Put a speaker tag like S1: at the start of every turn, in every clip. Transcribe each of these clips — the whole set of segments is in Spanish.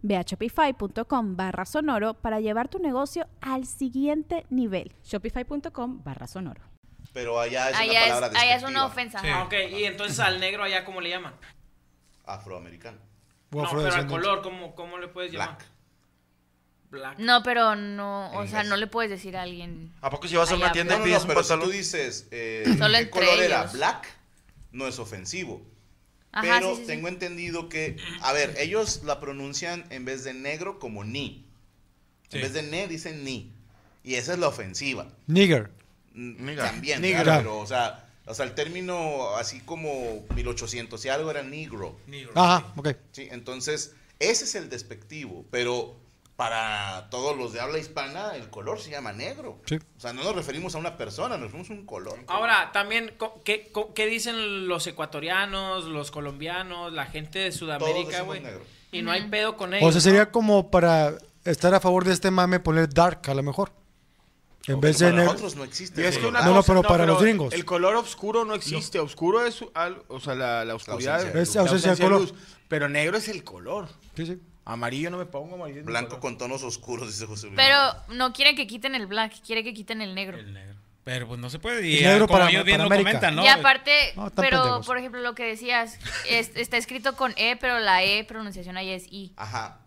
S1: Ve a shopify.com barra sonoro para llevar tu negocio al siguiente nivel.
S2: shopify.com barra sonoro.
S3: Pero allá es una
S4: Allá es,
S3: palabra
S4: allá es
S3: despectiva.
S4: una ofensa.
S5: Ah, ok, y entonces al negro allá, ¿cómo le llaman?
S3: Afroamericano.
S5: No,
S6: Bueno,
S5: pero al
S6: afrodescendiente.
S5: color, ¿cómo, cómo le puedes llamar?
S3: Black.
S5: Black.
S4: No, pero no, o
S3: En
S4: sea,
S3: inglés.
S4: no le puedes decir a alguien.
S7: ¿A poco si vas a
S4: Ay,
S7: una
S4: ya,
S7: tienda
S3: No,
S7: y
S3: no,
S7: pides
S3: no,
S7: un
S3: pero si
S7: pantalón?
S3: tú dices eh,
S4: Solo
S3: qué
S4: entre
S3: color era
S4: ellos.
S3: black, no es ofensivo.
S4: Ajá,
S3: pero
S4: sí, sí, sí.
S3: tengo entendido que, a ver, ellos la pronuncian en vez de negro como ni.
S6: Sí.
S3: En vez de ne dicen ni. Y esa es la ofensiva.
S6: Nigger.
S3: Mm,
S7: Nigga.
S3: También,
S6: Nigga.
S3: claro, pero, o sea, o sea, el término así como 1800 y algo era negro.
S5: Negro.
S6: Ajá, ok.
S3: ¿sí? Entonces, ese es el despectivo, pero para todos los de habla hispana, el color se llama negro.
S6: Sí.
S3: O sea, no nos referimos a una persona, nos referimos a un color.
S8: Ah,
S5: Ahora, también, co- ¿qué, co- qué dicen los ecuatorianos, los colombianos, la gente de
S3: todos
S5: Sudamérica,
S3: decimos
S5: güey?
S3: negro.
S5: Y no hay pedo con ellos.
S6: O sea, Pues sería
S5: ¿no?
S6: como para estar a favor de este mame poner dark a lo mejor. En vez de
S3: Para
S6: negro.
S3: nosotros no existe.
S8: Y es
S3: el
S8: que
S3: color.
S8: una
S6: No, no,
S8: cosa-
S6: pero para los gringos.
S8: El color oscuro no existe. Oscuro es, al- o sea, la, la oscuridad.
S3: ausencia de
S6: Es
S3: luz.
S6: ausencia de color.
S8: Pero negro es el color.
S6: Sí, sí.
S8: Amarillo no me pongo amarillo. es mi
S3: Blanco
S8: color.
S3: con tonos oscuros, dice José Luis.
S4: Pero no quiere que quiten el black, quiere que quiten el negro.
S9: El negro. Pero pues no se puede. Y
S6: El negro
S9: eh, como
S6: para-
S9: ellos bien
S6: para
S9: lo
S6: América.
S9: comentan, ¿no?
S4: y aparte,
S6: No, están
S4: pero
S6: pendejos.
S4: por ejemplo, lo que decías, es- está escrito con E, pero la E pronunciación ahí es I.
S3: Ajá,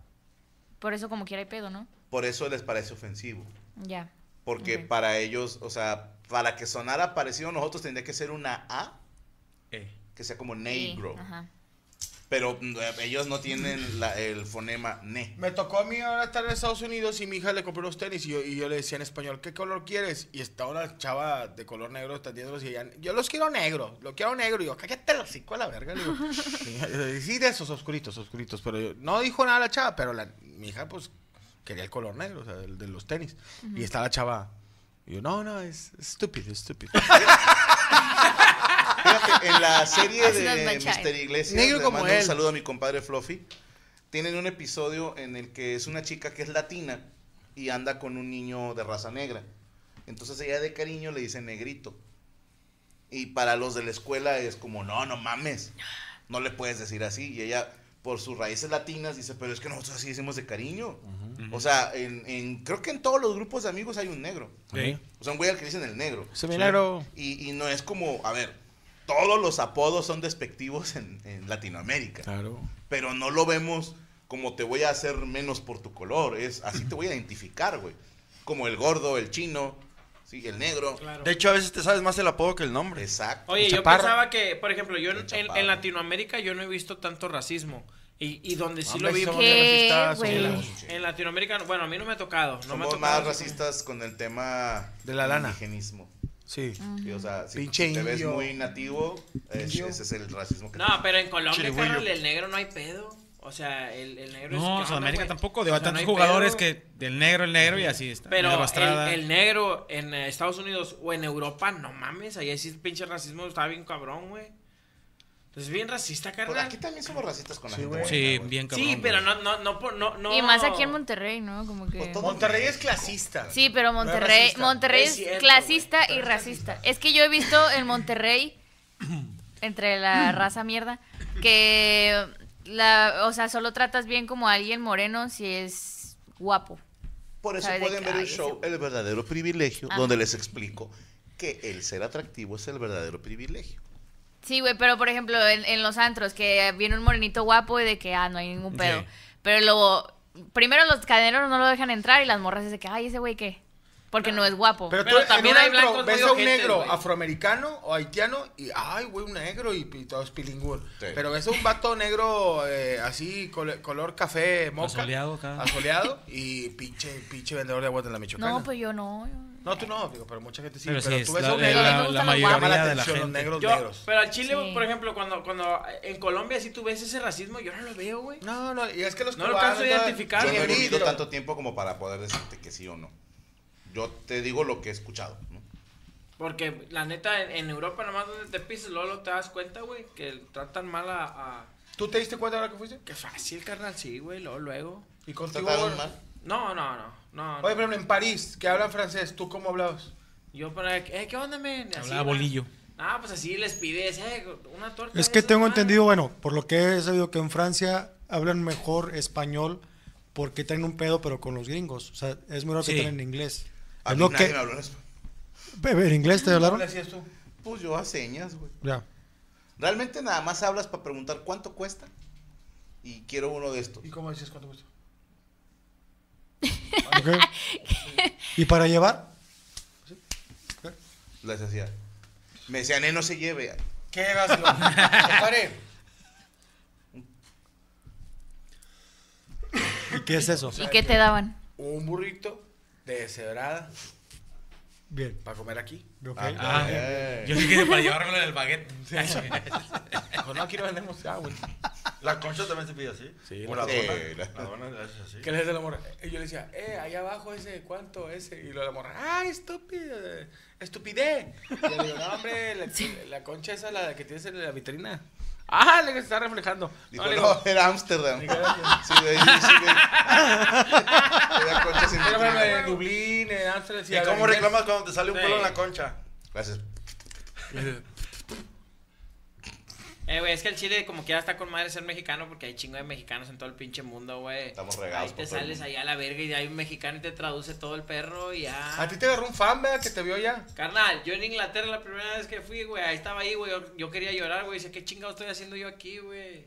S4: Por eso como quiera hay pedo, ¿no?
S3: por eso les parece ofensivo.
S4: Ya.
S3: Porque
S4: Ok.
S3: para ellos, o sea, para que sonara parecido a nosotros tendría que ser una A
S8: E.
S9: Eh,
S3: que sea como
S4: Sí,
S3: negro.
S4: E, ajá.
S3: Pero mm, ellos no tienen la- el fonema ne.
S8: Me tocó a mí ahora estar en Estados Unidos y mi hija le compró unos tenis y yo, y yo le decía en español, ¿qué color quieres? Y estaba una chava de color negro tendiéndolos y ella, yo los quiero negro, lo quiero negro. Y yo, cállate el hocico a la verga. Le digo, Y- sí, de esos oscuritos, oscuritos. Pero yo- no dijo nada la chava, pero la, mi hija, pues, quería el color negro, o sea, el de los tenis. Y estaba la chava, y yo, no, no, es estúpido, es estúpido.
S3: Fíjate, en la serie
S4: Así nos
S3: de
S4: mancha.
S3: Mister Iglesias,
S8: Negro
S3: le
S8: como
S3: mando un
S8: él.
S3: saludo a mi compadre Fluffy. Tienen un episodio en el que es una chica que es latina y anda con un niño de raza negra. Entonces ella de cariño le dice negrito. Y para los de la escuela es como, no, no mames. No le puedes decir así. Y ella, por sus raíces latinas, dice, pero es que nosotros así decimos de cariño. O sea, en, en- creo que en todos los grupos de amigos hay un negro.
S9: eh.
S3: O sea, un güey al que le dicen el negro.
S8: Se me negro.
S3: Y, y no es como, a ver, todos los apodos son despectivos en, en Latinoamérica,
S8: Claro.
S3: pero no lo vemos como te voy a hacer menos por tu color, es así te voy a identificar, güey. Como el gordo, el chino, sí, el negro.
S5: Claro.
S7: De hecho, a veces te sabes más el apodo que el nombre.
S3: Exacto.
S5: Oye, yo
S7: Chaparra.
S5: pensaba que, por ejemplo, yo en,
S3: El
S5: en-
S3: chaparra.
S5: en Latinoamérica yo no he visto tanto racismo. Y, y donde sí
S8: Hombre,
S5: lo vi
S8: somos
S5: fue
S4: ¿Qué,
S8: racistas,
S4: güey?
S8: somos-
S5: en Latinoamérica, no- bueno, a mí no me ha tocado. No me ha
S3: Somos
S5: tocado
S3: más
S5: eso.
S3: racistas con el tema
S8: De la lana.
S3: indigenismo.
S8: Sí.
S4: Ah.
S3: Sí, o sea, si,
S8: Pinche
S3: si te ves
S8: indio.
S3: muy nativo, es-
S8: Indio.
S3: ese es el racismo que
S5: No,
S3: tenemos.
S5: pero en Colombia,
S7: Chirigüillo.
S5: carnal, el negro no hay pedo. O sea, el, el negro es... ¿qué
S9: No,
S5: onda,
S9: Sudamérica
S5: güey?
S9: tampoco. De
S5: O sea, no
S9: tantos
S5: hay
S9: jugadores
S5: pedo.
S9: que del negro, el negro y así está. Negro
S5: Pero el,
S9: Estrada.
S5: el negro en eh, Estados Unidos o en Europa, no mames, ahí sí el pinche racismo está bien cabrón, güey. Es bien racista,
S3: Pero
S5: carnal.
S3: Pues aquí también somos racistas con la
S9: Sí,
S3: gente. morena, güey.
S9: bien cabrón.
S5: Sí, pero
S9: güey.
S5: no, no, no, por- no, no.
S4: Y más aquí en Monterrey, ¿no? Como que...
S3: Pues todo-
S8: Monterrey es clasista.
S4: Sí, pero
S8: No es
S4: Monterrey,
S8: racista.
S4: Monterrey
S5: Es
S4: es,
S5: cierto,
S4: clasista
S5: güey, pero
S4: y
S5: es
S4: racista. Es que yo he visto en Monterrey, entre la raza mierda, que la, o sea, solo tratas bien como a alguien moreno si es guapo.
S3: Por eso
S4: Sabe de
S3: pueden
S4: que,
S3: ver el
S4: ay,
S3: show
S4: ese-
S3: El verdadero privilegio,
S4: Ajá.
S3: donde les explico que el ser atractivo es el verdadero privilegio.
S4: Sí, güey, pero por ejemplo, en, en los antros, que viene un morenito guapo y de que, ah, no hay ningún pedo.
S9: Sí.
S4: Pero luego, primero los cadeneros no lo dejan entrar y las morras es de que, ay, ese güey qué. Porque no es guapo.
S8: Pero,
S5: Pero
S8: tú también
S5: también
S8: en
S5: hay
S8: un antro,
S5: blancos muy
S8: ves a un
S5: ojetes,
S8: negro
S5: güey.
S8: afroamericano o haitiano y, ay, güey, un negro y, y todo es pilingüe.
S3: Sí.
S8: Pero ves a un vato negro eh, así, col- color café, moca.
S9: Asoleado acá.
S8: asoleado, y pinche, pinche vendedor de aguas de la Michoacana.
S4: no, pues yo no. yo-
S8: No, tú no, digo, pero mucha gente sí.
S9: Pero
S8: Pero,
S9: sí, es
S8: tú ves
S9: la-
S8: a un
S9: la-
S8: negro.
S9: la-
S8: y
S4: la
S8: llama
S9: mayoría de la
S8: atención,
S9: gente.
S8: los negros
S5: Yo-
S8: negros.
S5: pero al Chile,
S4: Sí.
S5: por ejemplo, cuando, cuando en Colombia sí tú ves ese racismo, yo no lo veo, güey.
S8: No, no, y es que los
S5: No lo alcanzo a
S8: cubanos,
S5: identificar,
S3: Yo
S5: Claro,
S3: no he
S5: güey.
S3: vivido
S8: Negrito.
S3: tanto tiempo como para poder decirte que sí o no. Yo te digo lo que he escuchado. ¿no?
S5: Porque la neta, en, en Europa nomás donde te pises, Lolo, te das cuenta, güey, que tratan mal a... a-
S8: ¿Tú te diste cuenta ahora que fuiste?
S5: Qué fácil, carnal, sí, güey, luego, luego.
S8: Y contigo.
S3: ¿Trataron mal?
S5: No, no, no, no. no.
S8: Oye, pero en París, que hablan francés, ¿tú cómo hablabas?
S5: Yo para... Eh, ¿qué onda, men? Así,
S9: Hablaba
S5: güey.
S9: bolillo.
S5: Ah, pues así les pides, eh, una torta.
S6: Es
S5: de
S6: que
S5: esa
S6: tengo
S5: madre.
S6: entendido, bueno, por lo que he sabido que en Francia hablan mejor español porque tienen un pedo, pero con los gringos. O sea, es muy raro
S9: Sí.
S6: que hablen inglés.
S3: A
S6: Es
S3: mí
S6: lo
S3: nadie
S6: que...
S3: me habló en español.
S6: Bebe, ¿En inglés te
S8: ¿Cómo
S6: hablaron?
S8: le hacías tú?
S3: Pues yo a señas, güey.
S6: Ya.
S3: Realmente nada más hablas para preguntar cuánto cuesta y quiero uno de estos.
S8: ¿Y cómo decías cuánto cuesta?
S6: Ok. ¿Y para llevar?
S3: Les hacía. Me decía, "Ne, no se lleve.
S8: ¿Qué gasto? Compadre,
S6: ¿Y ¿Qué es eso?
S4: ¿Y qué te daban?
S8: un burrito de deshebrada
S6: Bien.
S8: para comer aquí.
S6: ok.
S9: Ah,
S3: Eh.
S9: Yo dije para llevármelo en el baguette.
S8: Dijo, Eh, no, aquí no vendemos. Ah, güey.
S7: La concha también se pide así.
S8: Sí,
S7: O la
S3: sí,
S7: dona.
S3: la-
S7: La dona es así.
S8: ¿Qué le dice la morra? Y yo le decía, eh, ahí abajo ese, ¿cuánto ese? Y luego la morra, ah, estúpido, Este, estupidez. Y yo le digo, no, hombre, la, la concha esa, la que tienes en la vitrina. Ah, le digo, se está reflejando.
S3: Dijo,
S8: Ah, no, eh, le digo,
S3: no, era Ámsterdam.
S8: Ni
S3: Sí,
S8: gracias.
S3: de ahí, sí, de ahí. Era concha sin
S8: "Mira, mira, mira,
S3: vitrina.
S8: en Dublín, en Amsterdam.
S7: ¿Y cómo reclamas cuando te sale un
S5: Sí.
S7: pelo en
S8: eh,
S7: la concha?
S3: Gracias.
S5: Eh, güey, es que el chile como que ya está con madre ser mexicano porque hay chingo de mexicanos en todo el pinche mundo, güey.
S3: Estamos regados
S5: Ahí
S3: por
S5: te
S3: todo el
S5: sales
S3: mundo.
S5: allá a la verga y hay un mexicano y te traduce todo el perro y ya.
S3: Ah,
S8: A ti te agarró un fan, ¿verdad? Que te vio ya.
S5: Carnal, yo en Inglaterra la primera vez que fui, güey, ahí estaba ahí, güey, yo, yo quería llorar, güey, dice, ¿qué chingado estoy haciendo yo aquí, güey?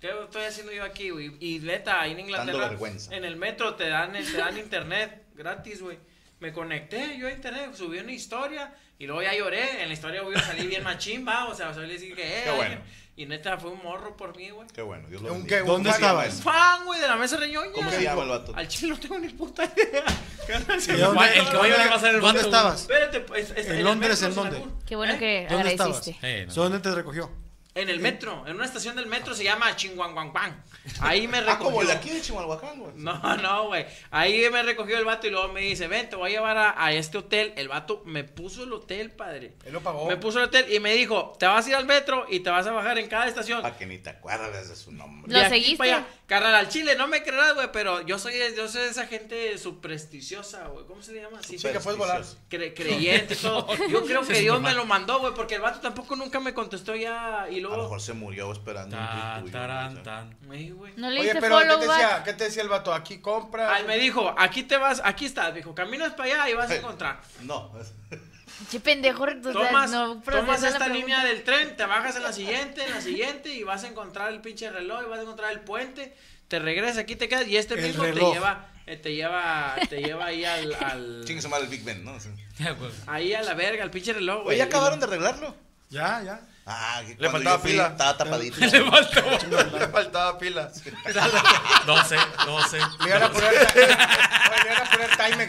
S5: ¿Qué estoy haciendo yo aquí, güey? Y neta, ahí en Inglaterra,
S3: vergüenza.
S5: en el metro te dan, te dan internet gratis, güey. Me conecté yo a internet, subí una historia y luego ya lloré. En la historia, güey, salí bien machín, va, o sea, le dije, eh,
S3: Qué bueno.
S5: Y neta, fue un morro por mí, güey.
S3: Qué bueno, Dios lo
S8: Un
S3: bendiga.
S8: qué, un ¿Dónde
S3: ¿Cómo se llama
S6: estabas?
S3: eso?
S5: Fan, güey, de la mesa reñoña.
S3: ¿Cómo se llama el vato?
S5: Al chile no tengo ni puta idea. Carnal, se
S6: ¿Y
S5: me
S6: dónde-
S5: fue.
S9: El que va a llorar va a ser el
S6: ¿Dónde
S9: vato,
S6: estabas?
S5: Espérate, pues, es-
S6: ¿En
S5: el
S6: Londres,
S5: metro,
S6: en
S5: Sinagur.
S6: dónde?
S4: Qué bueno
S5: ¿Eh?
S4: que
S6: ¿Dónde estabas?
S4: agradeciste.
S9: Eh, no.
S6: ¿So ¿Dónde te recogió?
S5: En
S3: Eh.
S5: el metro, en una estación del metro se llama Chinguanguanguan. Ahí me
S3: Ah,
S5: recogió.
S3: como el de aquí de Chimalhuacán, güey.
S5: No, no, güey. Ahí me recogió el vato y luego me dice, ven, te voy a llevar a, a este hotel. El vato me puso el hotel, padre.
S8: Él lo pagó.
S5: Me puso el hotel y me dijo, te vas a ir al metro y te vas a bajar en cada estación.
S3: Para que ni te acuerdas de su nombre.
S5: De
S4: Lo
S5: aquí
S4: seguiste.
S5: para allá. Carnal, al chile, no me creerás, güey, pero yo soy, yo soy esa gente supersticiosa, güey. ¿Cómo se llama? Sí,
S8: que puedes volar.
S3: Supersticioso.
S5: cre- creyente y todo. Yo creo que
S9: Es
S5: Dios
S9: normal.
S5: me lo mandó, güey, porque el vato tampoco nunca me contestó ya y
S3: A lo
S5: luego...
S3: mejor se murió esperando un
S9: Ta,
S3: tuit tuyo,
S9: taran,
S3: güey.
S9: tan.
S5: Ey, güey.
S4: No le
S8: Oye,
S4: diste
S8: pero ¿qué
S4: follow
S8: te,
S4: back.
S8: decía, ¿qué te decía el vato? Aquí compra.
S5: Ay, me dijo, aquí te vas, aquí estás, dijo, caminas para allá y vas a encontrar.
S3: No,
S4: Che pendejo, o sea,
S5: Tomas,
S4: no procesa
S5: tomas
S4: la
S5: esta
S4: pregunta.
S5: línea del tren, te bajas en la siguiente, en la siguiente y vas a encontrar el pinche reloj y vas a encontrar el puente, te regresas, aquí te quedas y este
S6: El
S5: mismo te
S6: reloj.
S5: lleva, eh, te lleva, te lleva ahí al, al-
S3: chingue su madre el Big Ben, ¿no? Sí.
S9: Ya, güey.
S5: ahí a la verga, al pinche reloj.
S3: Oye, ¿ya acabaron de arreglarlo.
S6: Ya, ya.
S3: Ah, que
S7: Le
S3: cuando
S7: faltaba
S3: yo fui,
S7: pila.
S3: Estaba tapadito.
S9: Le faltó.
S7: Le faltaba pila.
S9: 12, 12.
S8: Le iban a poner, Oye, le iban a poner time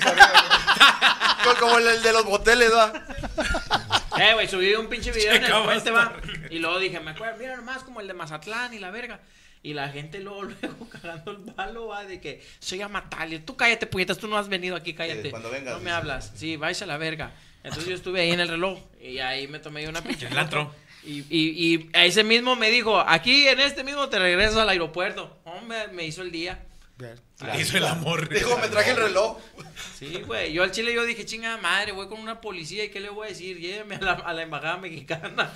S7: Co- Como el, el de los boteles, ¿va?
S5: Eh, güey, subí un pinche video en el
S9: Checaba
S5: puente,
S9: hasta
S5: va. Y luego dije, me acuerdo, mira nomás como el de Mazatlán y la verga. Y la gente luego, luego cagando el palo, va, de que soy Amatalia. Tú cállate, puñetas, tú no has venido aquí, cállate.
S3: Eh, cuando vengas,
S5: No me
S3: dice.
S5: hablas. Sí, vais a la verga. Entonces yo estuve ahí en el reloj y ahí me tomé una pinche.
S9: En el antro.
S5: Y, y, y a ese mismo me dijo, aquí en este mismo te regreso al aeropuerto. Hombre, me hizo el día.
S6: Bien.
S9: Hizo el amor.
S7: Dijo, me traje el reloj.
S5: Sí, güey. Yo al Chile yo dije, chinga madre, voy con una policía y qué le voy a decir, lléveme a la, a la embajada mexicana.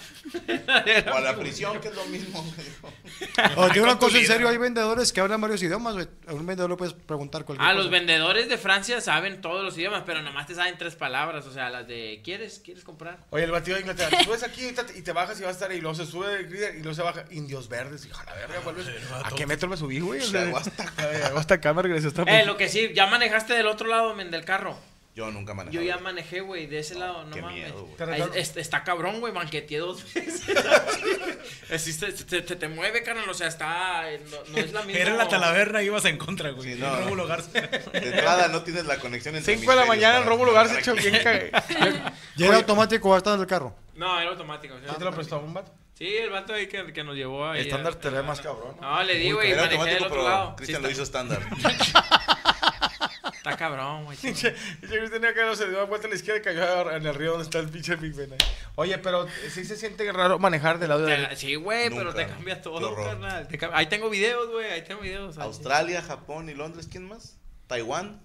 S3: O a la prisión, que es lo mismo. güey.
S6: O digo una
S9: Con tu
S6: cosa en
S9: líder.
S6: serio, hay vendedores que hablan varios idiomas, güey. A un vendedor le puedes preguntar cualquier
S5: Ah,
S6: cosa.
S5: los vendedores de Francia saben todos los idiomas, pero nomás te saben tres palabras, o sea, las de ¿quieres? ¿Quieres comprar?
S8: Oye, el batido de Inglaterra, subes aquí ahorita te- y te bajas y vas a estar ahí, luego se sube el líder y luego se baja Indios Verdes, hijo de la verga, vuelves. ¿A qué metro me subí, güey? O sea,
S3: Llegó
S8: hasta acá, me regresé hasta
S3: pues,
S5: Eh, lo que sí, ya manejaste del otro lado men, del carro.
S3: Yo nunca manejé.
S5: Yo ya manejé, güey, de ese lado, no
S3: qué
S5: mames.
S3: miedo, güey.
S8: Te
S5: Ahí
S8: recuerdo-
S5: es- está cabrón, güey, manqueteé dos veces. Así se, se- se te mueve, carnal, o sea, está. eh, No, no es la misma.
S9: Era en la talaverna y ibas en contra, güey.
S3: Sí, no.
S9: Rómulo Garza.
S3: De entrada no tienes la conexión entre
S8: 5 de la
S3: misterios
S8: mañana en
S3: para-
S8: Rómulo Garza
S3: para
S8: hecho
S3: que-
S8: bien cagado.
S6: ¿Ya era automático o estaba en el carro?
S5: No, era automático. sí,
S8: ¿Sí te lo prestó un vato?
S5: Sí, el vato ahí que, que nos llevó ahí.
S7: El estándar
S5: a-
S7: te ve más cabrón. ¿no?
S5: No, le di, güey,
S3: Era
S5: manejé del
S3: automático,
S5: otro
S3: pero
S5: lado.
S3: Cristian
S5: Sí,
S3: lo
S5: está-
S3: hizo estándar.
S5: Está cabrón, güey. sí.
S8: Yo tenía que no se dio vuelta a la izquierda y cayó en el río donde está el pinche Big Ben. ahí. Oye, pero eh, sí se siente raro manejar del lado
S5: Te
S8: de
S5: la- Sí, güey, pero te
S3: Nunca.
S5: cambia
S3: Qué
S5: todo,
S3: horror.
S5: carnal. te cam- Ahí tengo videos, güey, ahí tengo videos. ahí.
S3: Australia, Japón y Londres, ¿quién más? Taiwán.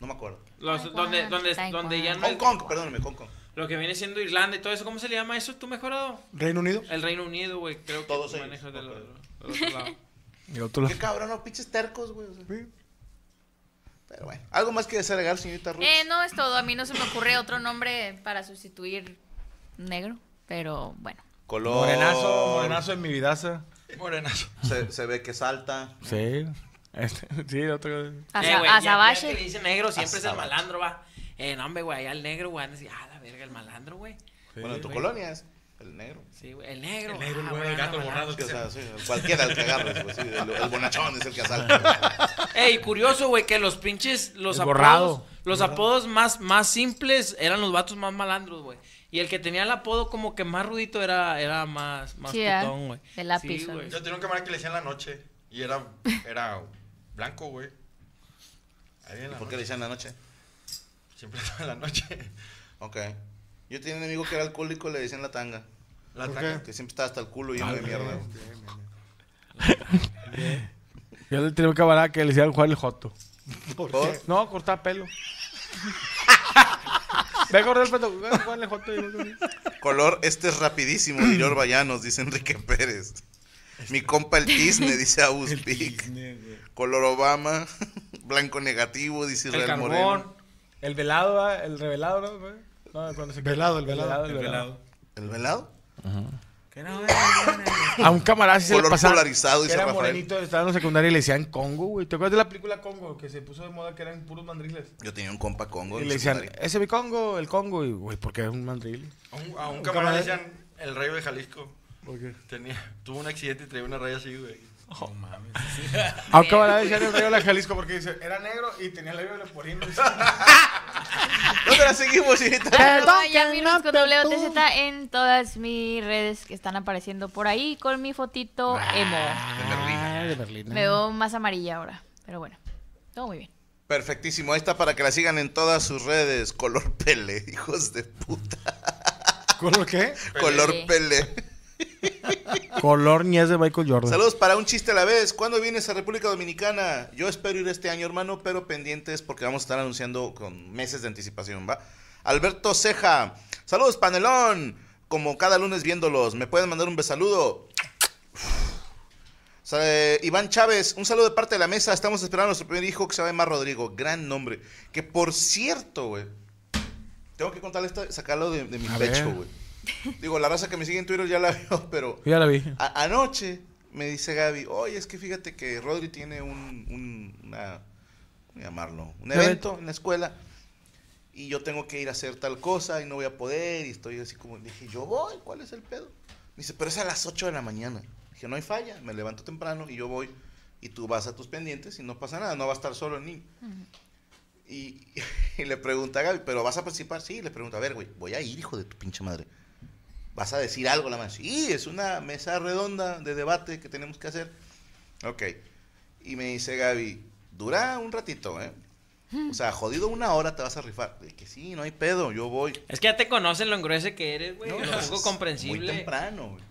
S3: No me acuerdo.
S5: Los, donde, donde,
S4: Taiwán,
S5: donde ya no.
S3: Hong Kong, perdóname, Hong Kong.
S5: Lo que viene siendo Irlanda y todo eso, ¿cómo se le llama eso? ¿Tú mejorado?
S6: ¿Reino Unido?
S5: El Reino Unido, güey, creo que
S3: Todos
S5: tú
S3: ellos,
S5: manejas
S3: no
S5: del
S3: puedo.
S5: del otro lado.
S8: Yo tú la-
S3: Qué cabrón, no, pinches tercos, güey. o sea. Pero bueno, algo más que desagregar, señorita Ruth.
S4: Eh, no, es todo. A mí no se me ocurre otro nombre para sustituir negro, pero bueno.
S5: Eh,
S3: Color.
S8: Morenazo, morenazo en mi vidaza.
S9: Morenazo.
S3: Se, se ve que salta.
S8: Sí. Este, sí, otro.
S4: Aza-
S5: Eh, güey, ya- ya
S4: azabache.
S5: que le dice negro, siempre es el
S3: Azabache.
S5: malandro, va. Eh, no, hombre, güey, allá el negro, güey, andas y, ah, la verga, el malandro, güey.
S3: Bueno, en tu
S5: güey.
S3: colonia es el negro.
S5: Sí, güey, el negro.
S9: El negro, el
S5: ah,
S9: güey, el
S5: bueno,
S9: gato, el
S5: malandro.
S9: borrado.
S3: Sí,
S9: que
S3: o
S9: sea.
S3: sea, sí, cualquiera el que agarres, güey, sí, el, el bonachón es el que asalta. güey.
S5: Ey, curioso, güey, que los pinches, los
S8: El
S5: apodos,
S8: borrado.
S5: los apodos más, más simples eran los vatos más malandros, güey. Y el que tenía el apodo como que más rudito era, era más, más
S4: Sí, ¿verdad?
S5: putón, güey.
S4: De lápiz,
S5: Sí,
S4: ¿o no?
S5: güey.
S7: Yo tenía un camarada que le decían la noche y era, era blanco, güey. Ahí en la
S3: ¿Por qué
S7: noche.
S3: le decían la noche?
S7: Siempre estaba en la noche.
S3: Ok. Yo tenía un amigo que era alcohólico y le decían la tanga.
S7: La
S6: ¿Por
S7: taca.
S6: qué?
S3: Que siempre estaba hasta el culo lleno de mierda. güey.
S8: Yo le tenía un camarada que le decía al Juan el Joto.
S6: ¿Por
S3: ¿Por?
S6: qué?
S8: No, cortaba pelo. Ve a correr el pelo. ve, Juan el Joto. y-
S3: Color, este es rapidísimo, diría Orbayanos, dice Enrique Pérez. Mi compa el Disney, dice Agus Pic. Color Obama, blanco negativo, dice
S5: El
S3: Israel Moreno.
S5: carbón.
S8: El velado, ¿verdad? el revelado, ¿no? güey? No, cuando se
S6: Velado, el velado.
S9: El velado.
S3: ¿El velado?
S9: Que no,
S8: eh.
S9: güey.
S8: A un camarada sí se le
S3: Color
S8: pasaba.
S3: polarizado,
S8: que
S3: dice
S8: era
S3: Rafael.
S8: morenito, estaba en la secundaria y le decían Congo, güey. ¿Te acuerdas de la película Congo? Que se puso de moda que eran puros mandriles.
S3: Yo tenía un compa congo.
S8: Y
S3: en
S8: le decían,
S3: secundaria.
S8: ese es mi Congo, el Congo. Y, güey, ¿por qué es un mandril?
S7: A un, a un camarada le decían el rayo de Jalisco.
S8: ¿Por qué?
S7: Tenía, tuvo un accidente y traía una raya así, güey.
S9: No Oh, mames.
S8: A un camarada le decían el rayo de la Jalisco porque dice, era negro y tenía labio leporino.
S3: ¿Dónde la seguimos,
S4: Ah,
S3: señorita?
S4: Arroba Yamirox con WTZ en todas mis redes que están apareciendo por ahí con mi fotito emo.
S3: De Merlina.
S8: de Berlín.
S4: Me veo más amarilla ahora, pero bueno, todo muy bien.
S3: Perfectísimo, ahí está para que la sigan en todas sus redes. Color pele, hijos de puta.
S6: ¿Color qué?
S3: Color pele.
S8: Color ñez de Michael Jordan.
S3: Saludos para un chiste a la vez. ¿Cuándo vienes a República Dominicana? Yo espero ir este año, hermano, pero pendientes porque vamos a estar anunciando con meses de anticipación, ¿va? Alberto Ceja. Saludos, panelón. Como cada lunes viéndolos, me pueden mandar un besaludo. Sa- eh, Iván Chávez, un saludo de parte de la mesa. Estamos esperando a nuestro primer hijo que se llama Rodrigo. Gran nombre. Que por cierto, güey. Tengo que contarle esto, sacarlo de, de mi
S8: A
S3: pecho,
S8: ver.
S3: güey. Digo, la raza que me sigue en Twitter ya la vio, pero.
S8: Ya la vi.
S3: A- anoche me dice Gaby, oye, es que fíjate que Rodri tiene un, un una, ¿cómo llamarlo? Un
S8: Un evento.
S3: evento en la escuela y yo tengo que ir a hacer tal cosa y no voy a poder y estoy así como, le dije, yo voy, ¿cuál es el pedo? Me dice, pero es a las 8 de la mañana. Dije, no hay falla, me levanto temprano y yo voy y tú vas a tus pendientes y no pasa nada, no va a estar solo el niño. Y, y le pregunta a Gaby, ¿pero vas a participar? Sí, le pregunto, a ver, güey, voy a ir, hijo de tu pinche madre. ¿Vas a decir algo la más? Sí, es una mesa redonda de debate que tenemos que hacer. Ok. Y me dice Gaby, dura un ratito, ¿eh? O sea, jodido una hora te vas a rifar. De que sí, no hay pedo, yo voy.
S5: Es que ya te conocen lo engruese que eres, güey.
S3: No,
S5: lo
S3: pues,
S5: poco comprensible.
S3: Muy temprano, güey.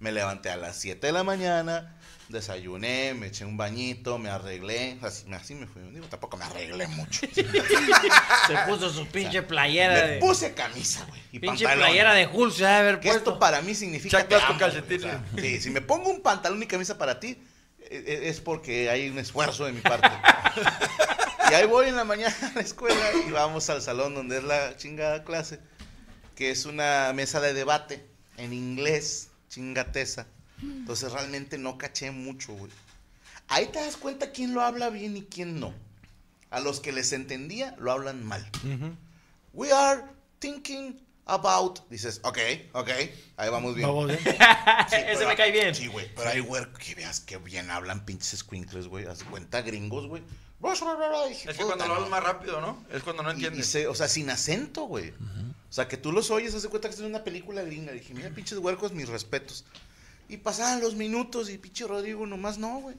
S3: Me levanté a las 7 de la mañana, desayuné, me eché un bañito, me arreglé. Así, así me fui. Digo, tampoco me arreglé mucho.
S5: Se puso su pinche playera
S3: me
S5: de.
S3: puse camisa, güey. Y
S5: Pinche
S3: pantalón.
S5: playera de Hulk, se ha de haber
S3: Que esto
S5: puesto.
S3: para mí significa
S7: Chanclas
S3: te
S7: con
S3: amo, güey.
S7: calcetines.
S3: O sea, sí, si me pongo un pantalón y camisa para ti, e- e- es porque hay un esfuerzo de mi parte. y ahí voy en la mañana a la escuela y vamos al salón donde es la chingada clase, que es una mesa de debate en inglés, chingateza. Entonces realmente no caché mucho, güey. Ahí te das cuenta quién lo habla bien y quién no. A los que les entendía lo hablan mal. We are thinking about. Dices, ok, ok, ahí vamos bien.
S6: Vamos bien.
S3: Sí,
S5: Ese
S3: pero-
S5: me cae bien.
S3: Sí, güey. Pero hay güey que veas que bien hablan pinches squinkles, güey. Haz cuenta gringos, güey.
S7: Es que cuando lo hablas más rápido, ¿no? Es cuando no
S3: Y- y
S7: entiendes.
S3: se- o sea, sin acento, güey. O sea, que tú los oyes, hace cuenta que es una película gringa. Dije, mira, pinches huercos, mis respetos. Y pasaban los minutos y pinche Rodrigo nomás no, güey.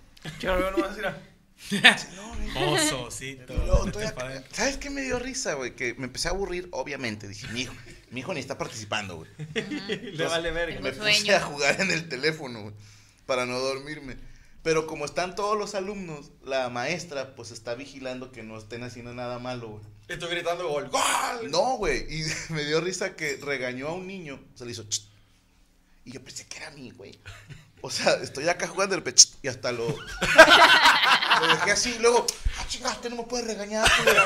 S9: Oso, sí.
S3: Y luego estoy acá- ¿Sabes qué me dio risa, güey? Que me empecé a aburrir, obviamente. Dije, mi hijo, mi hijo ni está participando, güey.
S5: Le vale verga.
S3: Me
S4: Tengo
S3: puse
S4: sueño.
S3: a jugar en el teléfono, güey, para no dormirme. Pero como están todos los alumnos, la maestra, pues está vigilando que no estén haciendo nada malo, güey.
S7: Estoy gritando gol. ¡Gol!
S3: No, güey. Y me dio risa que regañó a un niño. Se le hizo. "Ch". Y yo pensé que era a mí, güey. O sea, estoy acá jugando el pech y hasta lo. lo dejé así. Y luego, ah, chingaste, no me puedes regañar. culero".